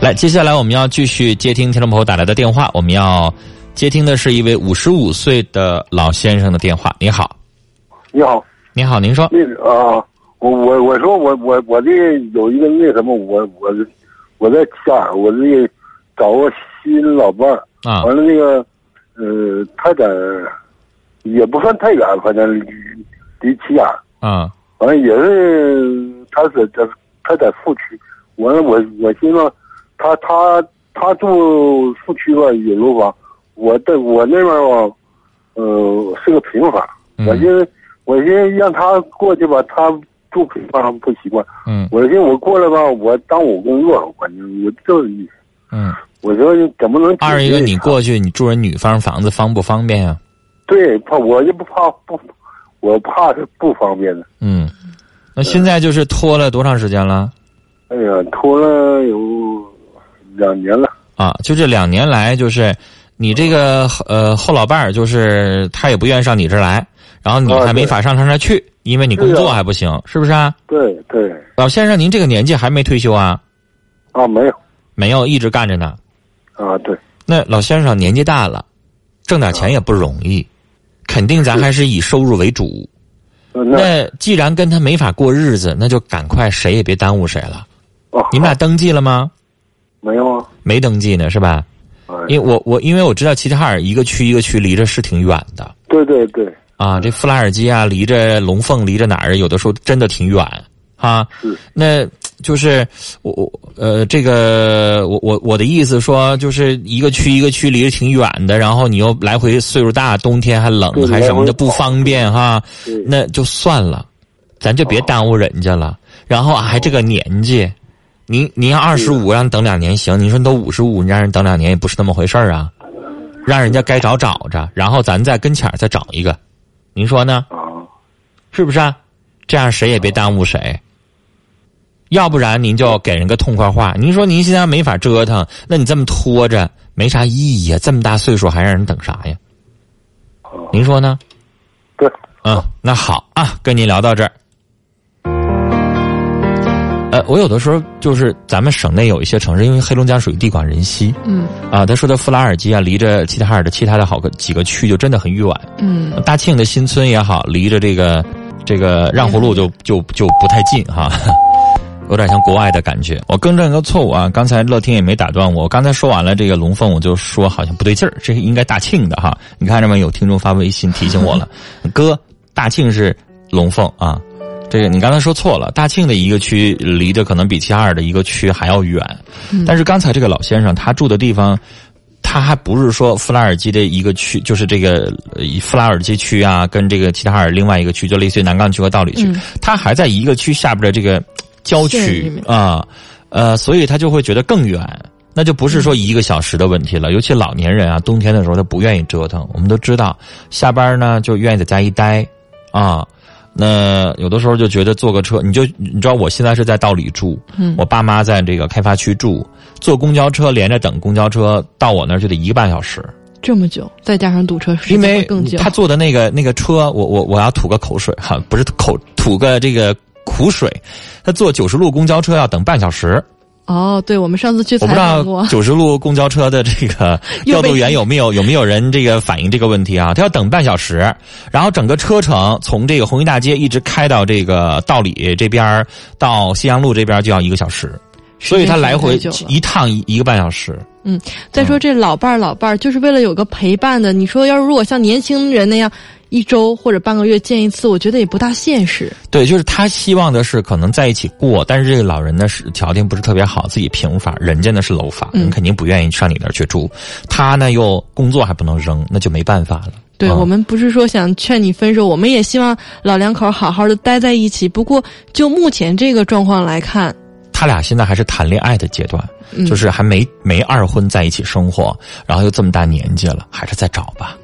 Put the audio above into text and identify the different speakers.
Speaker 1: 来，接下来我们要继续接听听众朋友打来的电话，我们要接听的是一位五十五岁的老先生的电话。你好，
Speaker 2: 你好，
Speaker 1: 你好，您说，
Speaker 2: 那个啊，我我我说我我我的有一个那什么，我我我在家尔，我这找个新老伴儿，
Speaker 1: 啊
Speaker 2: 完了那个，呃，他在也不算太远，反正离离起点儿，
Speaker 1: 嗯
Speaker 2: 反正也是他是在他在副区，完了我我寻思他他他住副区吧有楼房，我在我那边吧，呃是个平房，
Speaker 1: 嗯
Speaker 2: 我寻思我寻思让他过去吧，他住平房不习惯，
Speaker 1: 嗯
Speaker 2: 我寻思我过来吧，我耽误工作，我我就是
Speaker 1: 嗯。
Speaker 2: 我说怎么能
Speaker 1: 二一个，你
Speaker 2: 过。
Speaker 1: 过去你住人女方房子方不方便呀、
Speaker 2: 对，怕我就不怕不，我怕是不方便的。
Speaker 1: 嗯，那现在就是拖了多长时间了？
Speaker 2: 哎呀，拖了有两年了。
Speaker 1: 啊，就这两年来，就是你这个呃后老伴儿，就是他也不愿意上你这儿来，然后你
Speaker 2: 啊
Speaker 1: 还没
Speaker 2: 对
Speaker 1: 法上他那儿去，因为你工
Speaker 2: 是
Speaker 1: 作
Speaker 2: 啊
Speaker 1: 还不行，是不是啊？
Speaker 2: 对对，
Speaker 1: 老先生，您这个年纪还没退休啊？
Speaker 2: 啊没有
Speaker 1: 没有，一直干着呢。
Speaker 2: 啊对
Speaker 1: 那老先生年纪大了，挣点钱也不容易，肯定咱还是以收入为主。
Speaker 2: 呃那
Speaker 1: 那既然跟他没法过日子，那就赶快谁也别耽误谁了。
Speaker 2: 哦
Speaker 1: 你们俩登记了吗？
Speaker 2: 没有啊？
Speaker 1: 没登记呢，是吧？
Speaker 2: 哎
Speaker 1: 因为我我因为我知道齐齐哈尔一个区一个区离着是挺远的
Speaker 2: 对对对，
Speaker 1: 啊，这富拉尔基啊，离着龙凤，离着哪儿，有的时候真的挺远啊
Speaker 2: 是。
Speaker 1: 那就是我我呃，这个我我我的意思说，就是一个区一个区离着挺远的，然后你又来回岁数大，冬天还冷
Speaker 2: 对
Speaker 1: 还什么
Speaker 2: 来
Speaker 1: 的
Speaker 2: 回
Speaker 1: 不方便哈、
Speaker 2: 对
Speaker 1: 那就算了，咱就别耽误人家了。然后啊还这个年纪，您您要二十五让等两年行，你说你都五十五，你让人等两年也不是那么回事儿啊。让人家该找找着，然后咱再跟前儿再找一个，您说呢？
Speaker 2: 啊
Speaker 1: 是不是啊？这样谁也别耽误谁。要不然您就给人个痛快话，您说您现在没法折腾，那你这么拖着没啥意义呀、这么大岁数还让人等啥呀？
Speaker 2: 哦
Speaker 1: 您说呢？
Speaker 2: 对，
Speaker 1: 嗯，那好啊，跟您聊到这儿。呃，我有的时候就是咱们省内有一些城市，因为黑龙江属于地广人稀
Speaker 3: 嗯
Speaker 1: 啊，他说的富拉尔基啊，离着齐齐哈尔的其他的好个几个区就真的很远。
Speaker 3: 嗯
Speaker 1: 大庆的新村也好，离着这个这个让胡路就就就不太近哈，有点像国外的感觉。我更正一个错误啊，刚才乐天也没打断我，我刚才说完了这个龙凤，我就说好像不对劲儿，这是应该大庆的哈。你看着没有？听众发微信提醒我了，哥，大庆是龙凤啊。这个你刚才说错了，大庆的一个区离着可能比其他二的一个区还要远，
Speaker 3: 嗯
Speaker 1: 但是刚才这个老先生他住的地方，他还不是说富拉尔基的一个区，就是这个呃富拉尔基区啊，跟这个齐齐哈尔另外一个区，就类似于南岗区和道里区，
Speaker 3: 嗯
Speaker 1: 他还在一个区下边的这个呃郊
Speaker 3: 县里
Speaker 1: 区
Speaker 3: 面
Speaker 1: 啊、呃，所以他就会觉得更远。那就不是说一个小时的问题了，尤其老年人啊，冬天的时候他不愿意折腾。我们都知道，下班呢就愿意在家一待，啊，那有的时候就觉得坐个车，你就你知道我现在是在道里住，
Speaker 3: 嗯
Speaker 1: 我爸妈在这个开发区住，坐公交车连着等公交车到我那儿就得一个半小时，
Speaker 3: 这么久，再加上堵车，时
Speaker 1: 因
Speaker 3: 间
Speaker 1: 为
Speaker 3: 会更久。
Speaker 1: 他坐的那个那个车，我我我要吐个口水哈，不是口吐个这个苦水，他坐九十路公交车要等半小时，
Speaker 3: 哦，对，我们上次去
Speaker 1: 我不
Speaker 3: 采
Speaker 1: 知
Speaker 3: 访
Speaker 1: 道
Speaker 3: 过，
Speaker 1: 九十路公交车的这个调
Speaker 3: 又被
Speaker 1: 度员有没 有有没有人这个反映这个问题啊？他要等半小时，然后整个车程从这个红旗大街一直开到这个道里这边儿到西洋路这边儿就要一个小时，所以他来回嗯
Speaker 3: 时间太久了
Speaker 1: 一趟一一个半小时。
Speaker 3: 再说这老伴儿老伴儿，就是为了有个陪伴的。你说要是如果像年轻人那样一周或者半个月见一次，我觉得也不大现实。
Speaker 1: 对，就是他希望的是可能在一起过，但是这个老人呢是条件不是特别好，自己平房，人家呢是楼房，
Speaker 3: 嗯
Speaker 1: 人肯定不愿意上你那儿去住，他呢又工作还不能扔，那就没办法了。
Speaker 3: 对、
Speaker 1: 嗯
Speaker 3: 我们不是说想劝你分手，我们也希望老两口好好的待在一起。不过就目前这个状况来看，
Speaker 1: 他俩现在还是谈恋爱的阶段，
Speaker 3: 嗯
Speaker 1: 就是还没没二婚在一起生活，然后又这么大年纪了，还是再找吧。